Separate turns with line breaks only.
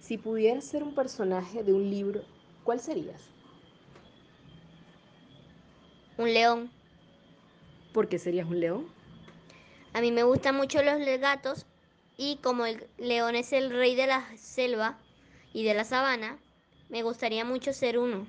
Si pudieras ser un personaje de un libro, ¿cuál serías?
Un león.
¿Por qué serías un león?
A mí me gustan mucho los le- gatos y como el león es el rey de la selva y de la sabana, me gustaría mucho ser uno.